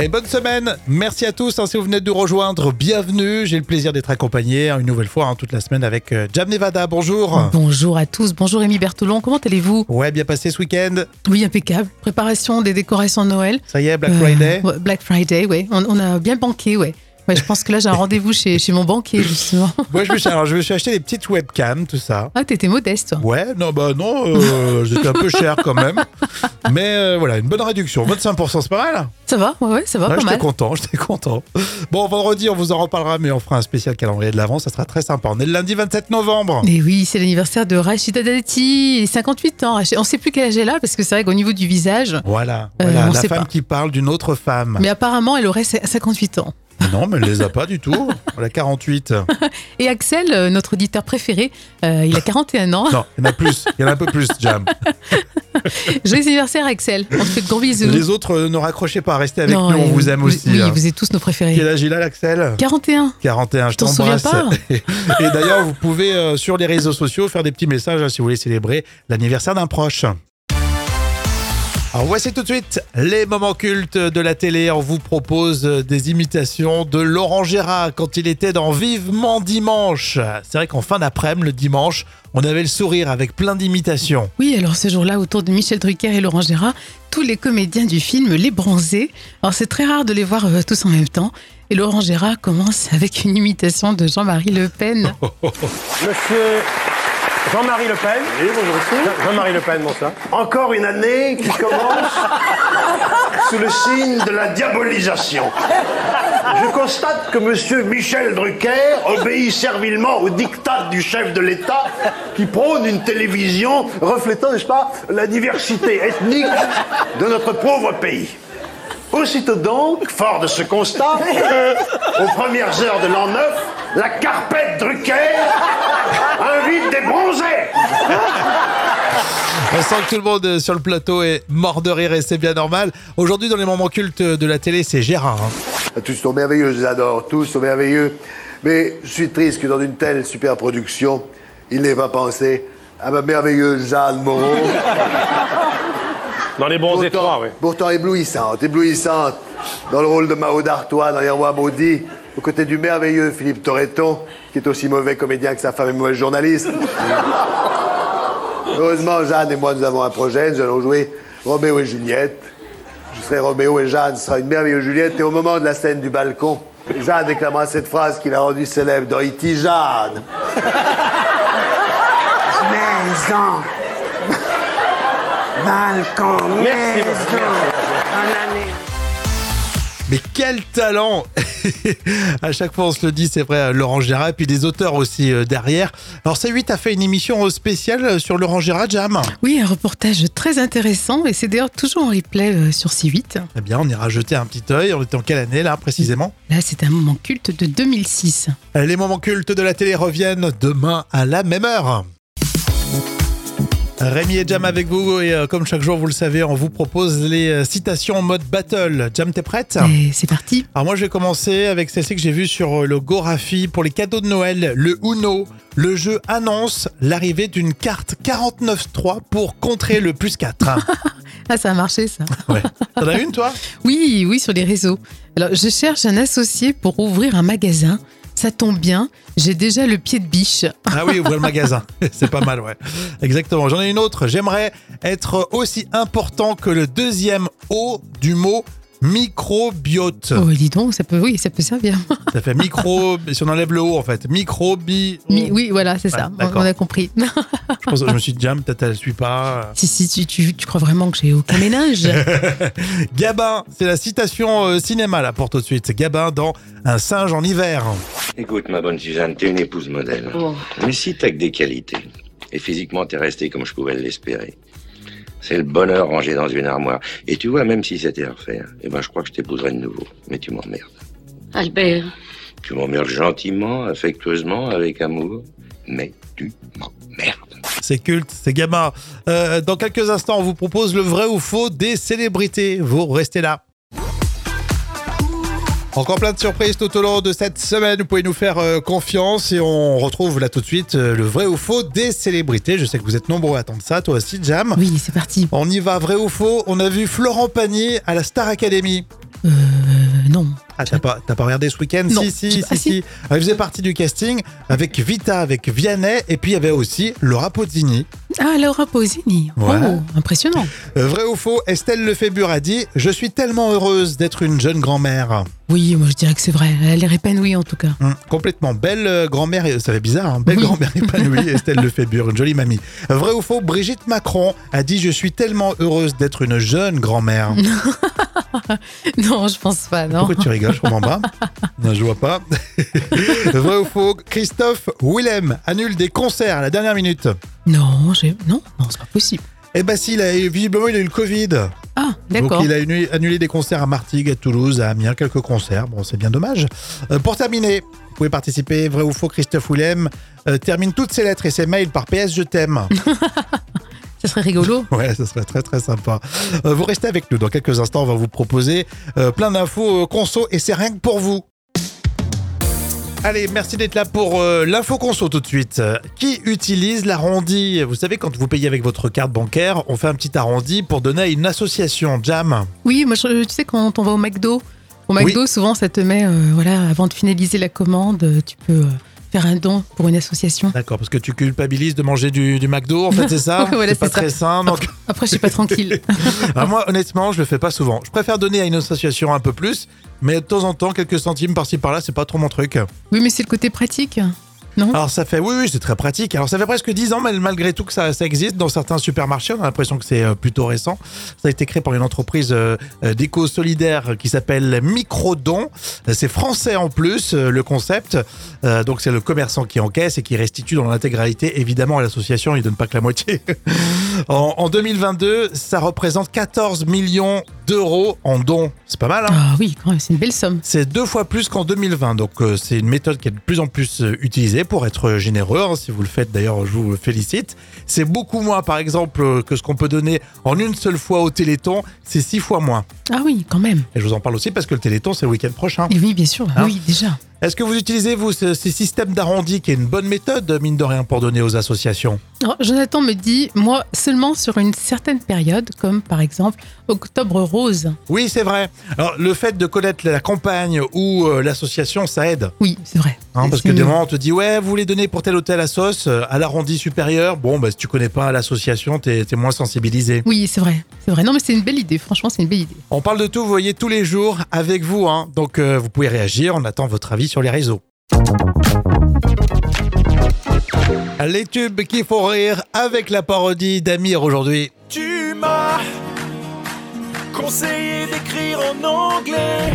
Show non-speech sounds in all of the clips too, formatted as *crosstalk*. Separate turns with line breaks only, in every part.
Et bonne semaine. Merci à tous. hein, si vous venez de nous rejoindre, bienvenue. J'ai le plaisir d'être accompagné hein, une nouvelle fois hein, toute la semaine avec euh, Jam Nevada. Bonjour.
Bonjour à tous, bonjour Rémi Bertoulon, comment allez-vous
Ouais, bien passé ce week-end.
Oui, impeccable. Préparation des décorations de Noël.
Ça y est, Black
Euh,
Friday.
ouais, Black Friday, ouais. On, on a bien banqué, ouais. Ouais, je pense que là,
*laughs*
j'ai un rendez-vous chez, chez mon banquier, justement. *laughs*
Ouais, je me suis, alors, je me suis acheté des petites webcams, tout ça.
Ah, t'étais modeste, toi.
Ouais, non, bah non, euh, j'étais un peu cher quand même. Mais euh, voilà, une bonne réduction. 25%, c'est pas mal.
Ça va Ouais, ouais, ça va,
Ouais,
pas
j'étais
mal.
content, j'étais content. Bon, vendredi, on vous en reparlera, mais on fera un spécial calendrier de l'avant. Ça sera très sympa. On est le lundi 27 novembre.
Et oui, c'est l'anniversaire de Rachida Dati, elle a 58 ans. Rachid- On sait plus quel âge elle a, parce que c'est vrai qu'au niveau du visage,
Voilà,
Euh,
voilà
on
la
sait
femme
pas.
qui parle d'une autre femme.
mais apparemment, elle aurait 58 ans.
Mais Non, mais elle les a pas du tout. Elle a 48.
Et Axel, euh, notre auditeur préféré, euh, il a
*laughs*
41 ans.
Non, il y en a plus. Il y en a un peu plus, Jam.
Joyeux anniversaire, Axel. On te fait de gros bisous.
Les autres, euh, ne raccrochez pas. Restez avec
Non,
nous, on
euh,
vous aime aussi.
Oui,
hein.
vous êtes tous nos préférés.
Quel âge il a, l'Axel
41.
41, je
T'en souviens
t'embrasse.
pas
*laughs* Et d'ailleurs, vous pouvez euh, sur les réseaux sociaux faire des petits messages hein, si vous voulez célébrer l'anniversaire d'un proche. Alors voici tout de suite les moments cultes de la télé. On vous propose euh, des imitations de Laurent Gérard quand il était dans Vivement Dimanche. C'est vrai qu'en fin d'après-midi, le dimanche, on avait le sourire avec plein d'imitations.
Oui, alors ce jour-là, autour de Michel Drucker et Laurent Gérard, tous les comédiens du film Les Bronzés. Alors c'est très rare de les voir euh, tous en même temps. Et Laurent Gérard commence avec une imitation de Jean-Marie Le Pen.
Monsieur Jean-Marie Le Pen. Oui, bonjour Jean-Marie Le Pen, bonsoir.
Encore une année qui commence sous le signe de la diabolisation. Je constate que monsieur Michel Drucker obéit servilement au diktat du chef de l'État qui prône une télévision reflétant, n'est-ce pas, la diversité ethnique de notre pauvre pays. Aussitôt donc, fort de ce constat, aux premières heures de l'an 9, la carpette Drucker invite des bronzés
On sent que tout le monde euh, sur le plateau est mort de rire et c'est bien normal. Aujourd'hui, dans les moments cultes de la télé, c'est Gérard. hein.
Ah, Tous sont merveilleux, je les adore, tous sont merveilleux. Mais je suis triste que dans une telle super production, il n'ait pas pensé à ma merveilleuse Jeanne Moreau.
Dans les bronzés
pourtant,
trois, oui.
pourtant éblouissante, éblouissante. Dans le rôle de Mao d'Artois dans Les Rois Maudits, aux côtés du merveilleux Philippe Torreton, qui est aussi mauvais comédien que sa femme est mauvaise journaliste. Heureusement, Jeanne et moi, nous avons un projet. Nous allons jouer Roméo et Juliette. Je serai Roméo et Jeanne sera une merveilleuse Juliette. Et au moment de la scène du balcon, Jeanne déclamera cette phrase qu'il a rendue célèbre dans E.T. Jeanne.
Maison. Balcon,
Merci,
maison.
merci,
En année.
Mais quel talent *laughs* À chaque fois, on se le dit, c'est vrai, euh, Laurent Gérard, et puis des auteurs aussi euh, derrière. Alors, C8 a fait une émission euh, spéciale sur Laurent Gérard, Jam.
Oui, un reportage très intéressant et c'est d'ailleurs toujours en replay euh, sur C8.
Eh bien, on ira jeter un petit œil. On était en quelle année, là, précisément Euh,
Là, c'est un moment culte de 2006.
Les moments cultes de la télé reviennent demain à la même heure. Rémi et Jam avec vous, et euh, comme chaque jour, vous le savez, on vous propose les euh, citations en mode battle. Jam, t'es prête
Et c'est parti.
Alors moi je vais commencer avec celle-ci que j'ai vue sur euh, le Gorafi pour les cadeaux de Noël, le Uno. Le jeu annonce l'arrivée d'une carte 49.3 pour contrer le plus 4.
Ah, ça a marché, ça.
*laughs* Ouais. T'en as une toi
Oui, oui, sur les réseaux. Alors, je cherche un associé pour ouvrir un magasin. Ça tombe bien, j'ai déjà le pied de biche.
Ah oui, ouvrez le magasin. *laughs* C'est pas mal, ouais. Exactement. J'en ai une autre. J'aimerais être aussi important que le deuxième O du mot microbiote.
Oh, dis donc, ça peut, oui, ça peut servir. *laughs*
Ça fait micro, si on enlève le O en fait. Microbi.
Mi- oui, voilà, c'est ça.
Ouais,
On
d'accord.
a compris. *laughs*
Je, pense, je me suis dit, Jam, peut-être elle suit pas.
si, si, tu, tu- tu crois vraiment que j'ai
*laughs*
aucun ménage
Gabin, c'est la citation euh, cinéma là pour tout de suite. Gabin dans Un singe en hiver.
Écoute, ma bonne Suzanne, t'es une épouse modèle. Mais si t'as que des qualités, et physiquement t'es restée comme je pouvais l'espérer, c'est le bonheur rangé dans une armoire. Et tu vois, même si c'était à refaire, eh ben, je crois que je t'épouserais de nouveau. Mais tu m'emmerdes.
Albert,
Tu m'emmerdes gentiment, affectueusement, avec amour, mais tu m'emmerdes.
C'est culte, c'est Gabin. Euh, dans quelques instants, on vous propose le vrai ou faux des célébrités. Vous restez là. Encore plein de surprises tout au long de cette semaine. Vous pouvez nous faire euh, confiance et on retrouve là tout de suite euh, le vrai ou faux des célébrités. Je sais que vous êtes nombreux à attendre ça, toi aussi, Jam.
Oui, c'est parti.
On y va, vrai ou faux. On a vu Florent Pagny à la Star Academy.
Euh, non.
Ah, t'as pas, t'as pas regardé ce week-end
Non.
Si, si, si,
Ah,
si.
si.
Elle faisait partie du casting avec Vita, avec Vianney, et puis il y avait aussi Laura Pozzini.
Ah, Laura Pausini.
Voilà.
Oh, impressionnant.
Euh, Vrai ou faux, Estelle Lefébure a dit « Je suis tellement heureuse d'être une jeune grand-mère
Oui, moi je dirais que c'est vrai. Elle a l'air épanouie en tout cas. *laughs*
Hum, Complètement. Belle euh, grand-mère, et- ça fait bizarre, hein, belle
Oui.
grand-mère épanouie, Estelle Lefébure, une jolie mamie. Euh, Vrai ou faux, Brigitte Macron a dit « Je suis tellement heureuse d'être une jeune grand-mère ».
Non, je pense pas, non.
Pourquoi tu rigoles Je comprends pas. Non, je vois pas. *laughs* Vrai ou faux Christophe Willem annule des concerts à la dernière minute.
Non, j'ai- non, non, c'est pas possible.
Eh ben si, il a, visiblement il a eu le Covid.
Ah,
Donc
d'accord.
il a annulé, annulé des concerts à Martigues, à Toulouse, à Amiens, quelques concerts. Bon, c'est bien dommage. Euh, pour terminer, vous pouvez participer, vrai ou faux, Christophe Willem euh, termine toutes ses lettres et ses mails par PS Je t'aime.
Ça serait rigolo.
Ouais, ce serait très très sympa. Euh, vous restez avec nous, dans quelques instants on va vous proposer euh, plein d'infos euh, conso et c'est rien que pour vous. Allez, merci d'être là pour euh, l'info conso tout de suite. Euh, Qui utilise l'arrondi Vous savez, quand vous payez avec votre carte bancaire, on fait un petit arrondi pour donner à une association, Jam.
Oui, moi, je- tu sais, quand on va au McDo, au McDo, souvent, ça te met, euh, voilà, avant de finaliser la commande, euh, tu peux euh, faire un don pour une association.
D'accord, parce que tu culpabilises de manger du, du McDo, en fait, c'est
*laughs*
ça
Voilà,
C'est pas
c'est ça.
très sain. donc-
Après, je suis
*laughs*
pas tranquille.
Ah, moi, honnêtement, je le fais pas souvent. Je préfère donner à une association un peu plus, mais de temps en temps, quelques centimes par-ci par-là, c'est pas trop mon truc.
Oui, mais c'est le côté pratique.
Alors ça fait, oui, oui, c'est très pratique. Alors ça fait presque 10 ans, mais malgré tout que ça, ça existe dans certains supermarchés. On a l'impression que c'est euh, plutôt récent. Ça a été créé par une entreprise euh, euh, d'éco solidaire qui s'appelle Microdon. Euh, C'est français en plus, euh, le concept. Euh, donc c'est le commerçant qui encaisse et qui restitue dans l'intégralité, évidemment, à l'association. Il donne pas que la moitié. *laughs* en, en 2022, ça représente 14 millions d'euros en dons. C'est pas mal, hein
Ah oui, quand même, c'est une belle somme.
c'est deux fois plus qu'en 2020. Donc, euh, c'est une méthode qui est de plus en plus euh, utilisée pour être généreux. hein. Si vous le faites, d'ailleurs, je vous félicite. C'est beaucoup moins, par exemple, euh, que ce qu'on peut donner en une seule fois au Téléthon. C'est six fois moins.
Ah oui, quand même.
Et je vous en parle aussi parce que le Téléthon, c'est le week-end prochain.
Et oui, bien sûr.
Hein
oui, déjà.
Est-ce que vous utilisez, vous, ce, ces systèmes d'arrondi qui est une bonne méthode, mine de rien, pour donner aux associations
Alors, Oh, Jonathan me dit, moi, seulement sur une certaine période, comme par exemple Octobre Rose.
Oui, c'est vrai. Alors, le fait de connaître la campagne ou euh, l'association, ça aide.
Oui, c'est vrai.
Hein, parce
C'est
que des
une-
moments, on te dit, ouais, vous voulez donner pour tel ou tel assos euh, à l'arrondi supérieur. Bon, bah, si tu connais pas l'association, t'es t'es moins sensibilisé.
Oui, c'est vrai. C'est vrai. Non, mais c'est une belle idée. Franchement, c'est une belle idée.
On parle de tout, vous voyez, tous les jours avec vous. hein. Donc, euh, vous pouvez réagir. On attend votre avis sur les réseaux. Les tubes qui font rire avec la parodie d'Amir aujourd'hui.
Tu m'as conseillé d'écrire en anglais.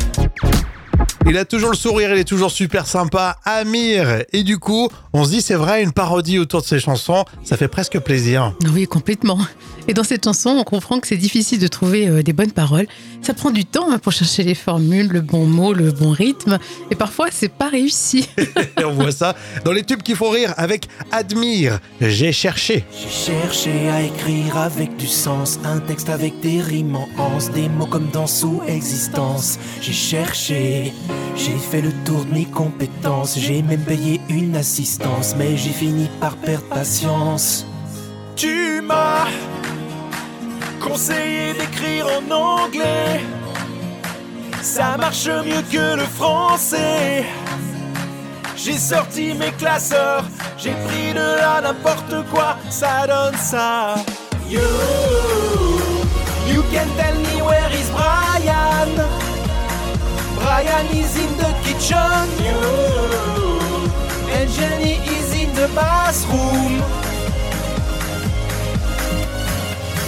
Il a toujours le sourire, il est toujours super sympa, Amir. Et du coup, on se dit, c'est vrai, une parodie autour de ses chansons, ça fait presque plaisir.
Ah Oui, complètement. Et dans cette chanson, on comprend que c'est difficile de trouver euh, des bonnes paroles. Ça prend du temps hein, pour chercher les formules, le bon mot, le bon rythme. Et parfois, c'est
*laughs*
pas réussi.
Et on voit ça dans les tubes qui font rire avec Admire. J'ai cherché.
J'ai cherché à écrire avec du sens, un texte avec des rimes en anse, des mots comme dans sous-existence. J'ai cherché, j'ai fait le tour de mes compétences, j'ai même payé une assistance, mais j'ai fini par perdre patience. Tu m'as conseillé d'écrire en anglais, ça marche mieux que le français. J'ai sorti mes classeurs, j'ai pris de là n'importe quoi, ça donne ça. You, you can tell me where is Brian. Brian is in the kitchen, you. And Jenny is in the bathroom.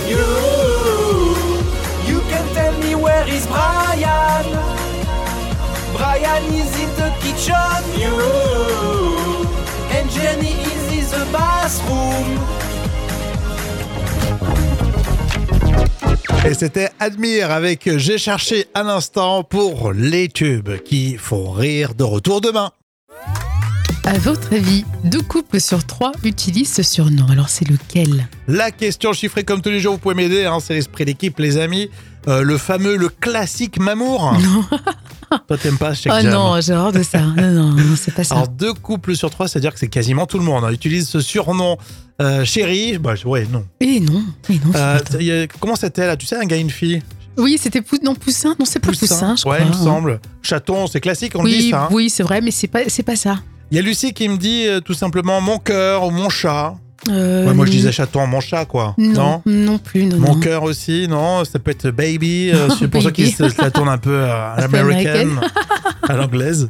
You, you can tell me where is Brian. Brian is in the kitchen, you. And Jenny is in the bathroom.
Et c'était Admire avec J'ai cherché un instant pour les tubes qui font rire de retour demain.
À votre avis, deux couples sur trois utilisent ce surnom. Alors, c'est lequel
La question chiffrée comme tous les jours, vous pouvez m'aider, hein, c'est l'esprit d'équipe les amis. Euh, le fameux, le classique Mamour.
*laughs* Non.
Toi t'aimes pas, je sais que
Oh
j'aime.
non, j'ai horreur de ça. Non, non, non, c'est pas ça.
Alors deux couples sur trois, c'est-à-dire que c'est quasiment tout le monde. hein, utilise ce surnom. Euh, chérie, bah, ouais non.
Eh non, eh non.
Euh,
Jonathan.
il y a- comment c'était là Tu sais un gars et une fille
Oui, c'était Pou- non, Poussin. Non, c'est pas Poussin, je
ouais,
crois. hein.
il me semble. Chaton, c'est classique, on le dit
Oui,
ça. hein.
oui, c'est vrai, mais c'est pas, c'est pas ça.
Il y a Lucie qui me dit euh, tout simplement mon cœur ou mon chat.
Euh,
Ouais, moi, je disais chaton, mon chat, quoi.
non, non, plus, non.
Mon
non.
cœur aussi, non. Ça peut être baby.
*laughs*
euh, c'est pour ceux qui
Baby.
se, se la tournent un peu
*laughs*
euh, à
Un peu
l'américaine, *laughs* à l'anglaise.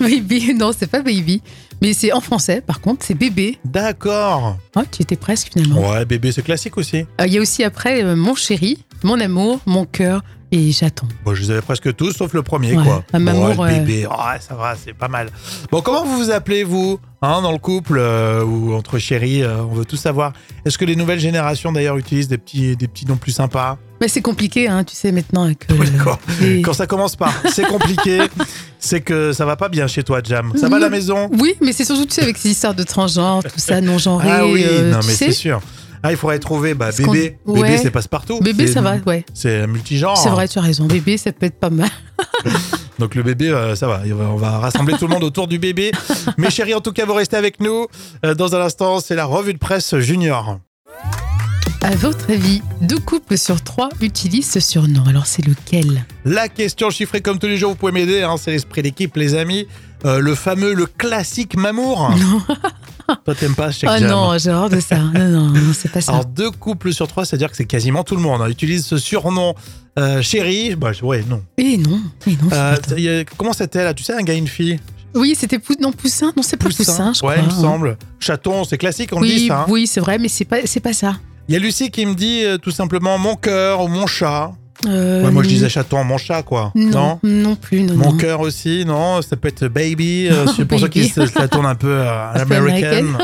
Baby, *laughs* non, c'est pas baby, mais c'est en français. Par contre, c'est bébé.
D'accord.
Oh, tu étais presque finalement. Euh,
Ouais, bébé, c'est classique aussi.
Il y a aussi après euh, mon chéri, mon amour, mon cœur et chaton.
Bon, je les avais presque tous, sauf le premier,
Ouais,
quoi.
un
Bon,
amour,
ouais, le bébé, ouais, ça va, c'est pas mal. Bon, comment vous vous appelez, vous, hein, dans le couple euh, ou entre chéris euh, On veut tout savoir. Est-ce que les nouvelles générations, d'ailleurs, utilisent des petits, des petits noms plus sympas
Mais c'est compliqué, hein, tu sais maintenant avec. euh,
D'accord.
les-
Quand ça commence par c'est
*laughs*
compliqué, c'est que ça va pas bien chez toi, Jam. Ça va à la maison
Oui, mais c'est surtout tu sais avec ces histoires de transgenre, tout ça, non genré.
Ah oui,
euh,
non,
tu
mais c'est
sais,
sûr. Ah, il faudrait trouver bah,
Est-ce qu'on-
bébé. Bébé,
Ouais.
c'est passe-partout.
Bébé,
C'est-
ça va, ouais.
C'est multigenre. hein.
C'est vrai, tu as raison. Bébé, ça peut être pas mal.
Donc le bébé, euh, ça va, il va- on va rassembler tout le monde autour du
*laughs*
bébé. Mes chéris, en tout cas, vous restez avec nous. Euh, Dans un instant, c'est la revue de presse junior.
À votre avis, deux couples sur trois utilisent ce surnom. Alors c'est lequel
La question chiffrée, comme tous les jours, vous pouvez m'aider, hein, c'est l'esprit d'équipe, les amis. Euh, le fameux, le classique Mamour.
*laughs* Non.
Toi, t'aimes pas, je sais que
Oh
j'aime.
non, j'ai horreur de ça. Non, non, non, c'est pas ça.
Alors, deux couples sur trois, c'est-à-dire que c'est quasiment tout le monde. hein, utilise ce surnom. Euh, chérie, bah, je- ouais, non.
Eh non, eh non.
Euh,
c'est pas ça.
il y a- comment c'était là Tu sais, un gars, une fille
Oui, c'était Pou- non Poussin. Non, c'est pas Poussin, je
ouais,
crois.
il me semble. Chaton, c'est classique, on le
oui,
dit ça. hein.
oui, c'est vrai, mais c'est pas, c'est pas ça.
Il y a Lucie qui me dit euh, tout simplement mon cœur ou mon chat.
Euh,
Ouais, moi, je disais chaton, mon chat, quoi.
non, non plus, non.
Mon
non.
cœur aussi, non. Ça peut être baby. euh, c'est pour ceux qui
Baby.
se, se la tournent un
*laughs*
peu euh, à
Un peu
l'américaine,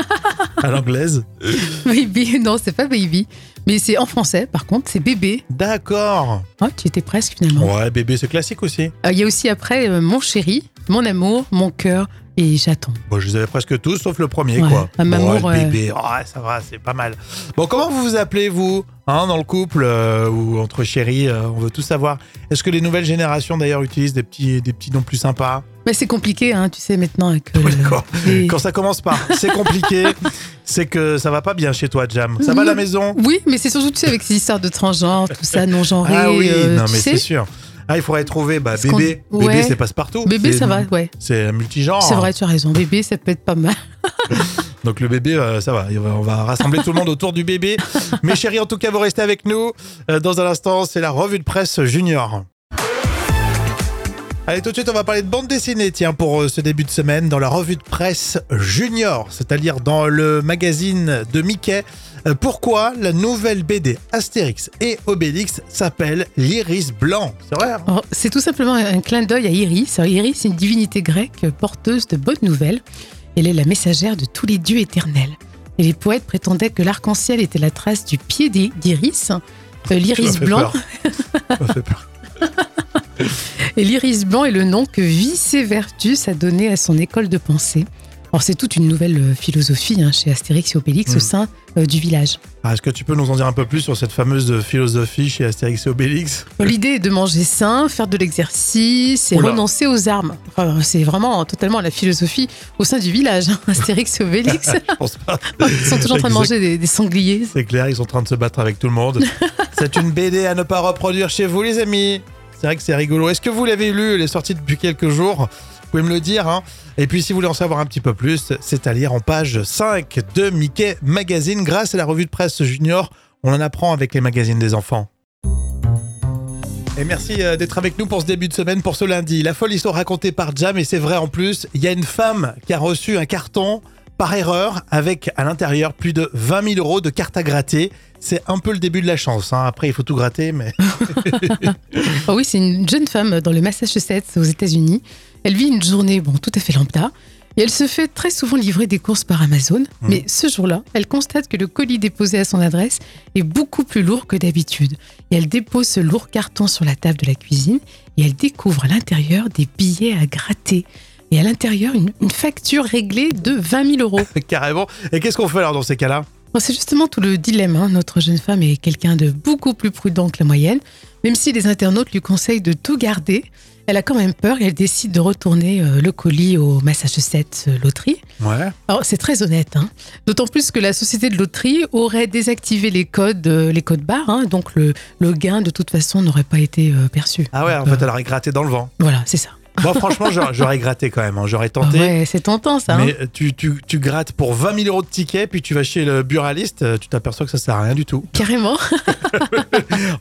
à l'anglaise.
*laughs* Baby, non, c'est pas baby, mais c'est en français. Par contre, c'est bébé.
D'accord.
Oh, tu étais presque finalement. Euh,
Ouais, bébé, c'est classique aussi.
Il y a aussi après euh, mon chéri, mon amour, mon cœur et chaton.
Bon, je les avais presque tous, sauf le premier,
Ouais,
quoi.
un
Bon,
mamour,
ouais, le bébé, ouais, ça va, c'est pas mal. Bon, comment vous vous appelez, vous, hein, dans le couple euh, ou entre chéris euh, On veut tout savoir. Est-ce que les nouvelles générations, d'ailleurs, utilisent des petits, des petits noms plus sympas
Mais c'est compliqué, hein, tu sais maintenant avec. euh,
D'accord.
les-
Quand ça commence par c'est
*laughs*
compliqué, c'est que ça va pas bien chez toi, Jam. Ça va à la maison
Oui, mais c'est surtout tu sais avec ces histoires de transgenre, tout ça, non genré.
Ah oui,
euh,
non,
tu
mais
sais,
c'est sûr. Ah, il faudrait trouver bah,
Est-ce qu'on-
bébé. Bébé,
Ouais.
c'est passe-partout.
Bébé,
C'est- Oh.
ça va, ouais.
C'est multigenre.
C'est vrai, tu as raison. Bébé, ça peut être pas mal.
Donc le bébé, euh, ça va, il va- on va rassembler tout le monde autour du bébé. Mes chéris, en tout cas, vous restez avec nous. Euh, Dans un instant, c'est la revue de presse junior. Allez, tout de suite, on va parler de bande dessinée, tiens, pour euh, ce début de semaine, dans la revue de presse junior, c'est-à-dire dans le magazine de Mickey. Euh, Pourquoi la nouvelle BD Astérix et Obélix s'appelle l'Iris Blanc C'est vrai, hein
Alors, C'est tout simplement un clin d'œil à Iris. Alors, Iris, c'est une divinité grecque porteuse de bonnes nouvelles. Elle est la messagère de tous les dieux éternels. Et les poètes prétendaient que l'arc-en-ciel était la trace du pied d'I- d'Iris. Euh,
Tu m'as
L'iris
fait
blanc.
peur. Tu m'as fait peur.
Et l'iris blanc est le nom que Vicévertus a donné à son école de pensée. Alors, c'est toute une nouvelle euh, philosophie hein, chez Astérix et Obélix
Mm.
au sein euh, du village.
Ah, Est-ce que tu peux nous en dire un peu plus sur cette fameuse philosophie chez Astérix et Obélix
L'idée est de manger sain, faire de l'exercice et
Oula.
renoncer aux armes. Enfin, c'est vraiment totalement la philosophie au sein du village. hein. Astérix et Obélix, *laughs*
Je pense pas.
ils sont toujours en train de manger des, des sangliers.
C'est clair, ils sont en train de se battre avec tout le monde. c'est une BD à ne pas reproduire chez vous, les amis. C'est vrai que c'est rigolo. Est-ce que vous l'avez lu Elle est sortie depuis quelques jours. Vous pouvez me le dire. hein. Et puis, si vous voulez en savoir un petit peu plus, c'est à lire en page 5 de Mickey Magazine. Grâce à la revue de presse junior, on en apprend avec les magazines des enfants. Et merci euh, d'être avec nous pour ce début de semaine, pour ce lundi. La folle histoire racontée par Jam, et c'est vrai en plus, il y a une femme qui a reçu un carton par erreur avec à l'intérieur plus de 20 000 euros de cartes à gratter. C'est un peu le début de la chance. hein. Après, il faut tout gratter, mais *laughs*
Ah oui, c'est une jeune femme dans le Massachusetts, aux États-Unis. Elle vit une journée, bon, tout à fait lambda. Et elle se fait très souvent livrer des courses par Amazon. Mais ce jour-là, elle constate que le colis déposé à son adresse est beaucoup plus lourd que d'habitude. Et elle dépose ce lourd carton sur la table de la cuisine et elle découvre à l'intérieur des billets à gratter. Et à l'intérieur, une, une facture réglée de 20 000 euros.
carrément. Et qu'est-ce qu'on fait alors dans ces cas-là
Bon, c'est justement tout le dilemme. hein. Notre jeune femme est quelqu'un de beaucoup plus prudent que la moyenne. Même si les internautes lui conseillent de tout garder, elle a quand même peur et elle décide de retourner euh, le colis au Massachusetts euh, Lottery.
Ouais.
Alors, c'est très honnête, hein. d'autant plus que la société de loterie aurait désactivé les codes, euh, les codes barres, hein, donc le, le gain de toute façon n'aurait pas été euh, perçu.
Ah ouais, en
Donc,
fait, elle aurait gratté dans le vent.
euh, Voilà, c'est ça.
Moi, franchement, j'aurais j'aurais gratté quand même. hein. J'aurais tenté.
Ah ouais, c'est tentant ça. hein.
Mais tu, tu, tu grattes pour 20 000 euros de tickets, puis tu vas chez le buraliste, euh, tu t'aperçois que ça sert à rien du tout.
Carrément. *laughs*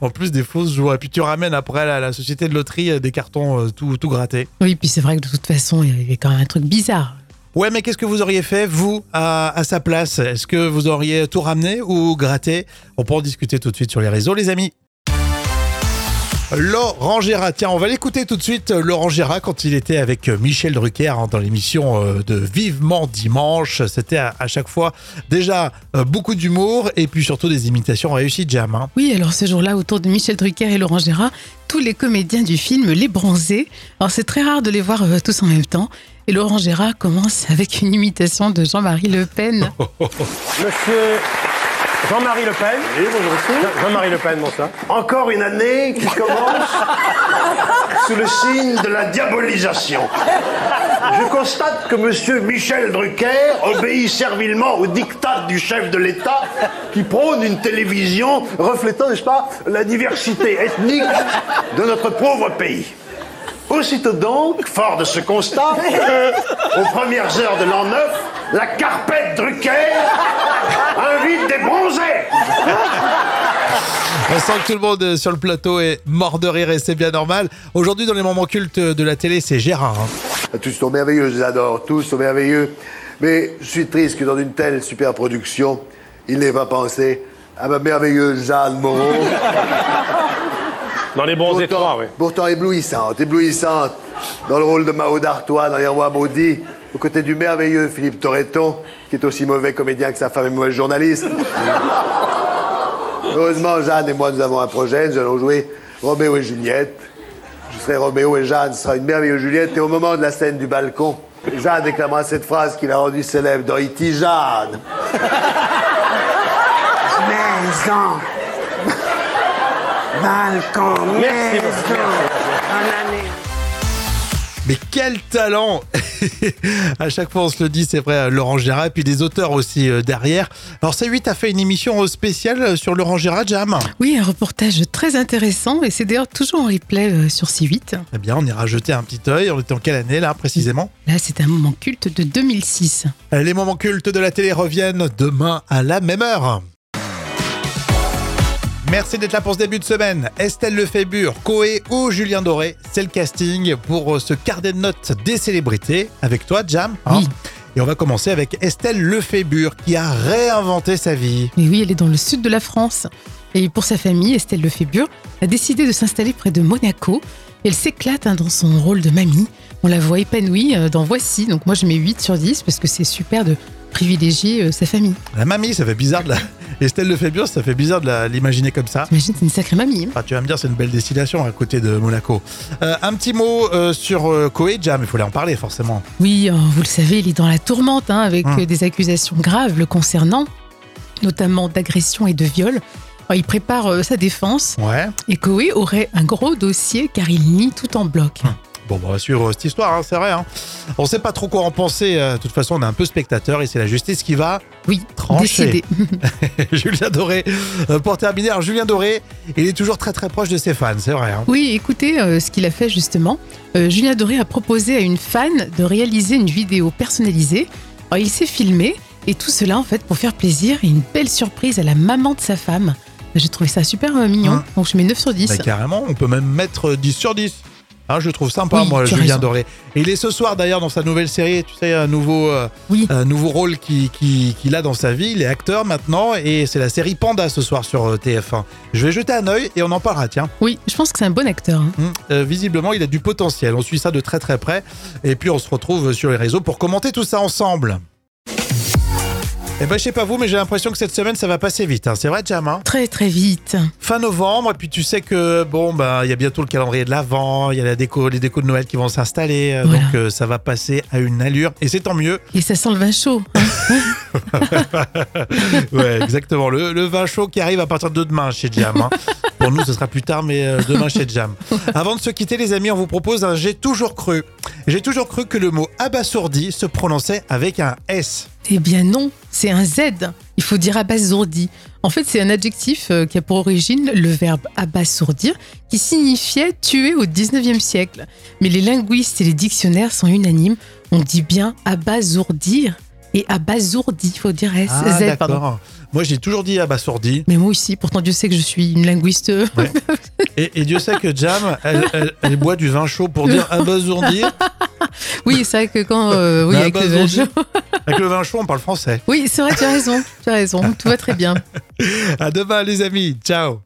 En plus des fausses joies. Et puis tu ramènes après à la, la société de loterie euh, des cartons euh, tout, tout grattés.
Oui, puis c'est vrai que de toute façon, il y avait quand même un truc bizarre.
Ouais, mais qu'est-ce que vous auriez fait, vous, à, à sa place Est-ce que vous auriez tout ramené ou gratté On peut en discuter tout de suite sur les réseaux, les amis. Laurent Gérard, tiens, on va l'écouter tout de suite. euh, Laurent Gérard, quand il était avec euh, Michel Drucker hein, dans l'émission euh, de Vivement Dimanche, c'était à, à chaque fois déjà euh, beaucoup d'humour et puis surtout des imitations réussies, Jam. hein.
Oui, alors ce jour-là, autour de Michel Drucker et Laurent Gérard, tous les comédiens du film Les Bronzés. Alors c'est très rare de les voir euh, tous en même temps. Et Laurent Gérard commence *laughs* avec une imitation de Jean-Marie Le Pen.
Monsieur Jean-Marie Le Pen. Oui, bonjour Jean- Jean-Marie Le Pen, bonsoir.
Encore une année qui commence sous le signe de la diabolisation. Je constate que monsieur Michel Drucker obéit servilement au diktat du chef de l'État qui prône une télévision reflétant, n'est-ce pas, la diversité ethnique de notre pauvre pays. Aussitôt donc, fort de ce constat, que, aux premières heures de l'an 9, la carpette Drucker invite des bronzés
On sent que tout le monde euh, sur le plateau est mort de rire et c'est bien normal. Aujourd'hui, dans les moments cultes de la télé, c'est Gérard. hein.
Tous Ah, sont merveilleux, je les adore, tous sont merveilleux. Mais je suis triste que dans une telle super production, il n'ait pas pensé à ma merveilleuse Jeanne Moreau.
Dans les bronzés
Pourtant-
3, oui.
Pourtant éblouissante, éblouissante. Dans le rôle de Mao d'Artois dans Les Rois Maudits, aux côtés du merveilleux Philippe Torreton, qui est aussi mauvais comédien que sa femme est mauvaise journaliste. Heureusement, Jeanne et moi, nous avons un projet. Nous allons jouer Roméo et Juliette. Je serai Roméo et Jeanne ce sera une merveilleuse Juliette. Et au moment de la scène du balcon, Jeanne déclamera cette phrase qu'il a rendue célèbre dans E.T. Jeanne.
maison. Balcon,
Merci,
maison.
merci,
En année.
Mais quel talent *laughs* À chaque fois, on se le dit, c'est vrai, euh, Laurent Gérard, et puis des auteurs aussi euh, derrière. Alors, C8 a fait une émission euh, spéciale sur Laurent Gérard, Jam.
Oui, un reportage très intéressant et c'est d'ailleurs toujours en replay euh, sur C8.
Eh bien, on ira jeter un petit œil. On était en quelle année, là, précisément
Là, c'est un moment culte de 2006.
Les moments cultes de la télé reviennent demain à la même heure. Merci d'être là pour ce début de semaine. Estelle Lefébure, Coé ou Julien Doré, c'est le casting pour euh, ce carnet de notes des célébrités. Avec toi, Jam. hein
Oui.
Et on va commencer avec Estelle Lefébure qui a réinventé sa vie.
Mais oui, elle est dans le sud de la France. Et pour sa famille, Estelle Lefébure a décidé de s'installer près de Monaco. Elle s'éclate hein, dans son rôle de mamie. On la voit épanouie euh, dans Voici. Donc moi, je mets 8 sur 10 parce que c'est super de privilégier euh, sa famille.
La mamie, ça fait bizarre de la... *laughs* Estelle Lefébure, ça fait bizarre de la- l'imaginer comme ça.
T'imagines, c'est une sacrée mamie. hein.
Enfin, tu vas me dire, c'est une belle destination à côté de Monaco. Euh, un petit mot euh, sur euh, Coé, Jam. Il fallait en parler, forcément.
Oui, euh, vous le savez, il est dans la tourmente hein, avec
Mm.
euh, des accusations graves le concernant, notamment d'agression et de viol. Alors, il prépare euh, sa défense
Ouais.
et Koé aurait un gros dossier car il nie tout en bloc.
Bon, bah, on va suivre euh, cette histoire, hein, c'est vrai. Hein. On sait pas trop quoi en penser. euh, De toute façon, on est un peu spectateur et c'est la justice qui va. *laughs*
Oui,
Tranché.
décidé.
Julien Doré, euh, pour terminer, alors, Julien Doré, il est toujours très très proche de ses fans, c'est vrai. hein.
Oui, écoutez euh, ce qu'il a fait justement. Euh, Julien Doré a proposé à une fan de réaliser une vidéo personnalisée. Alors, il s'est filmé et tout cela en fait pour faire plaisir et une belle surprise à la maman de sa femme. J'ai trouvé ça super euh, mignon,
Mm.
donc je mets 9 sur 10.
Bah, carrément, on peut même mettre euh, 10 sur 10. Hein, je le trouve sympa,
Oui,
moi,
tu as
Julien
raison.
Doré. Et il est ce soir d'ailleurs dans sa nouvelle série, tu sais, un nouveau, euh,
Oui.
un nouveau rôle qui- qui- qu'il a dans sa vie. Il est acteur maintenant et c'est la série Panda ce soir sur euh, TF1. Je vais jeter un œil et on en parlera, tiens.
Oui, je pense que c'est un bon acteur. hein.
Hmm, euh, visiblement, il a du potentiel. On suit ça de très très près. Et puis, on se retrouve sur les réseaux pour commenter tout ça ensemble. Eh ben, je sais pas vous, mais j'ai l'impression que cette semaine, ça va passer vite. hein. C'est vrai, Jam hein
Très très vite.
Fin novembre, et puis tu sais que, bon, ben, il y a bientôt le calendrier de l'Avent, il y a la déco, les décos de Noël qui vont s'installer. euh,
Voilà.
Donc, euh, ça va passer à une allure. Et c'est tant mieux.
Et ça sent le vin chaud. hein.
Ouais, exactement. Le, le vin chaud qui arrive à partir de demain chez Jam. hein. Pour nous, ce sera plus tard, mais euh, demain chez Jam. Avant de se quitter, les amis, on vous propose un J'ai toujours cru. J'ai toujours cru que le mot abasourdi se prononçait avec un S.
Eh bien non, c'est un Z. Il faut dire abasourdi. En fait, c'est un adjectif euh, qui a pour origine le verbe abasourdir, qui signifiait tuer au 19e siècle. Mais les linguistes et les dictionnaires sont unanimes. On dit bien abasourdir et abasourdi. Il faut dire S,
Ah,
Z, pardon.
d'accord. Moi, j'ai toujours dit abasourdi.
Mais moi aussi, pourtant Dieu sait que je suis une linguiste. *laughs*
Et, et Dieu sait que Jam, elle, elle- elle boit du vin chaud pour dire abasourdir.
Oui, c'est vrai que quand... euh, oui,
Ah,
avec le
abasourdi.
vin chaud.
Avec le vin chaud, on parle français.
Oui, c'est vrai, tu as raison. Tu as raison. Tout va très bien.
À demain, les amis. Ciao.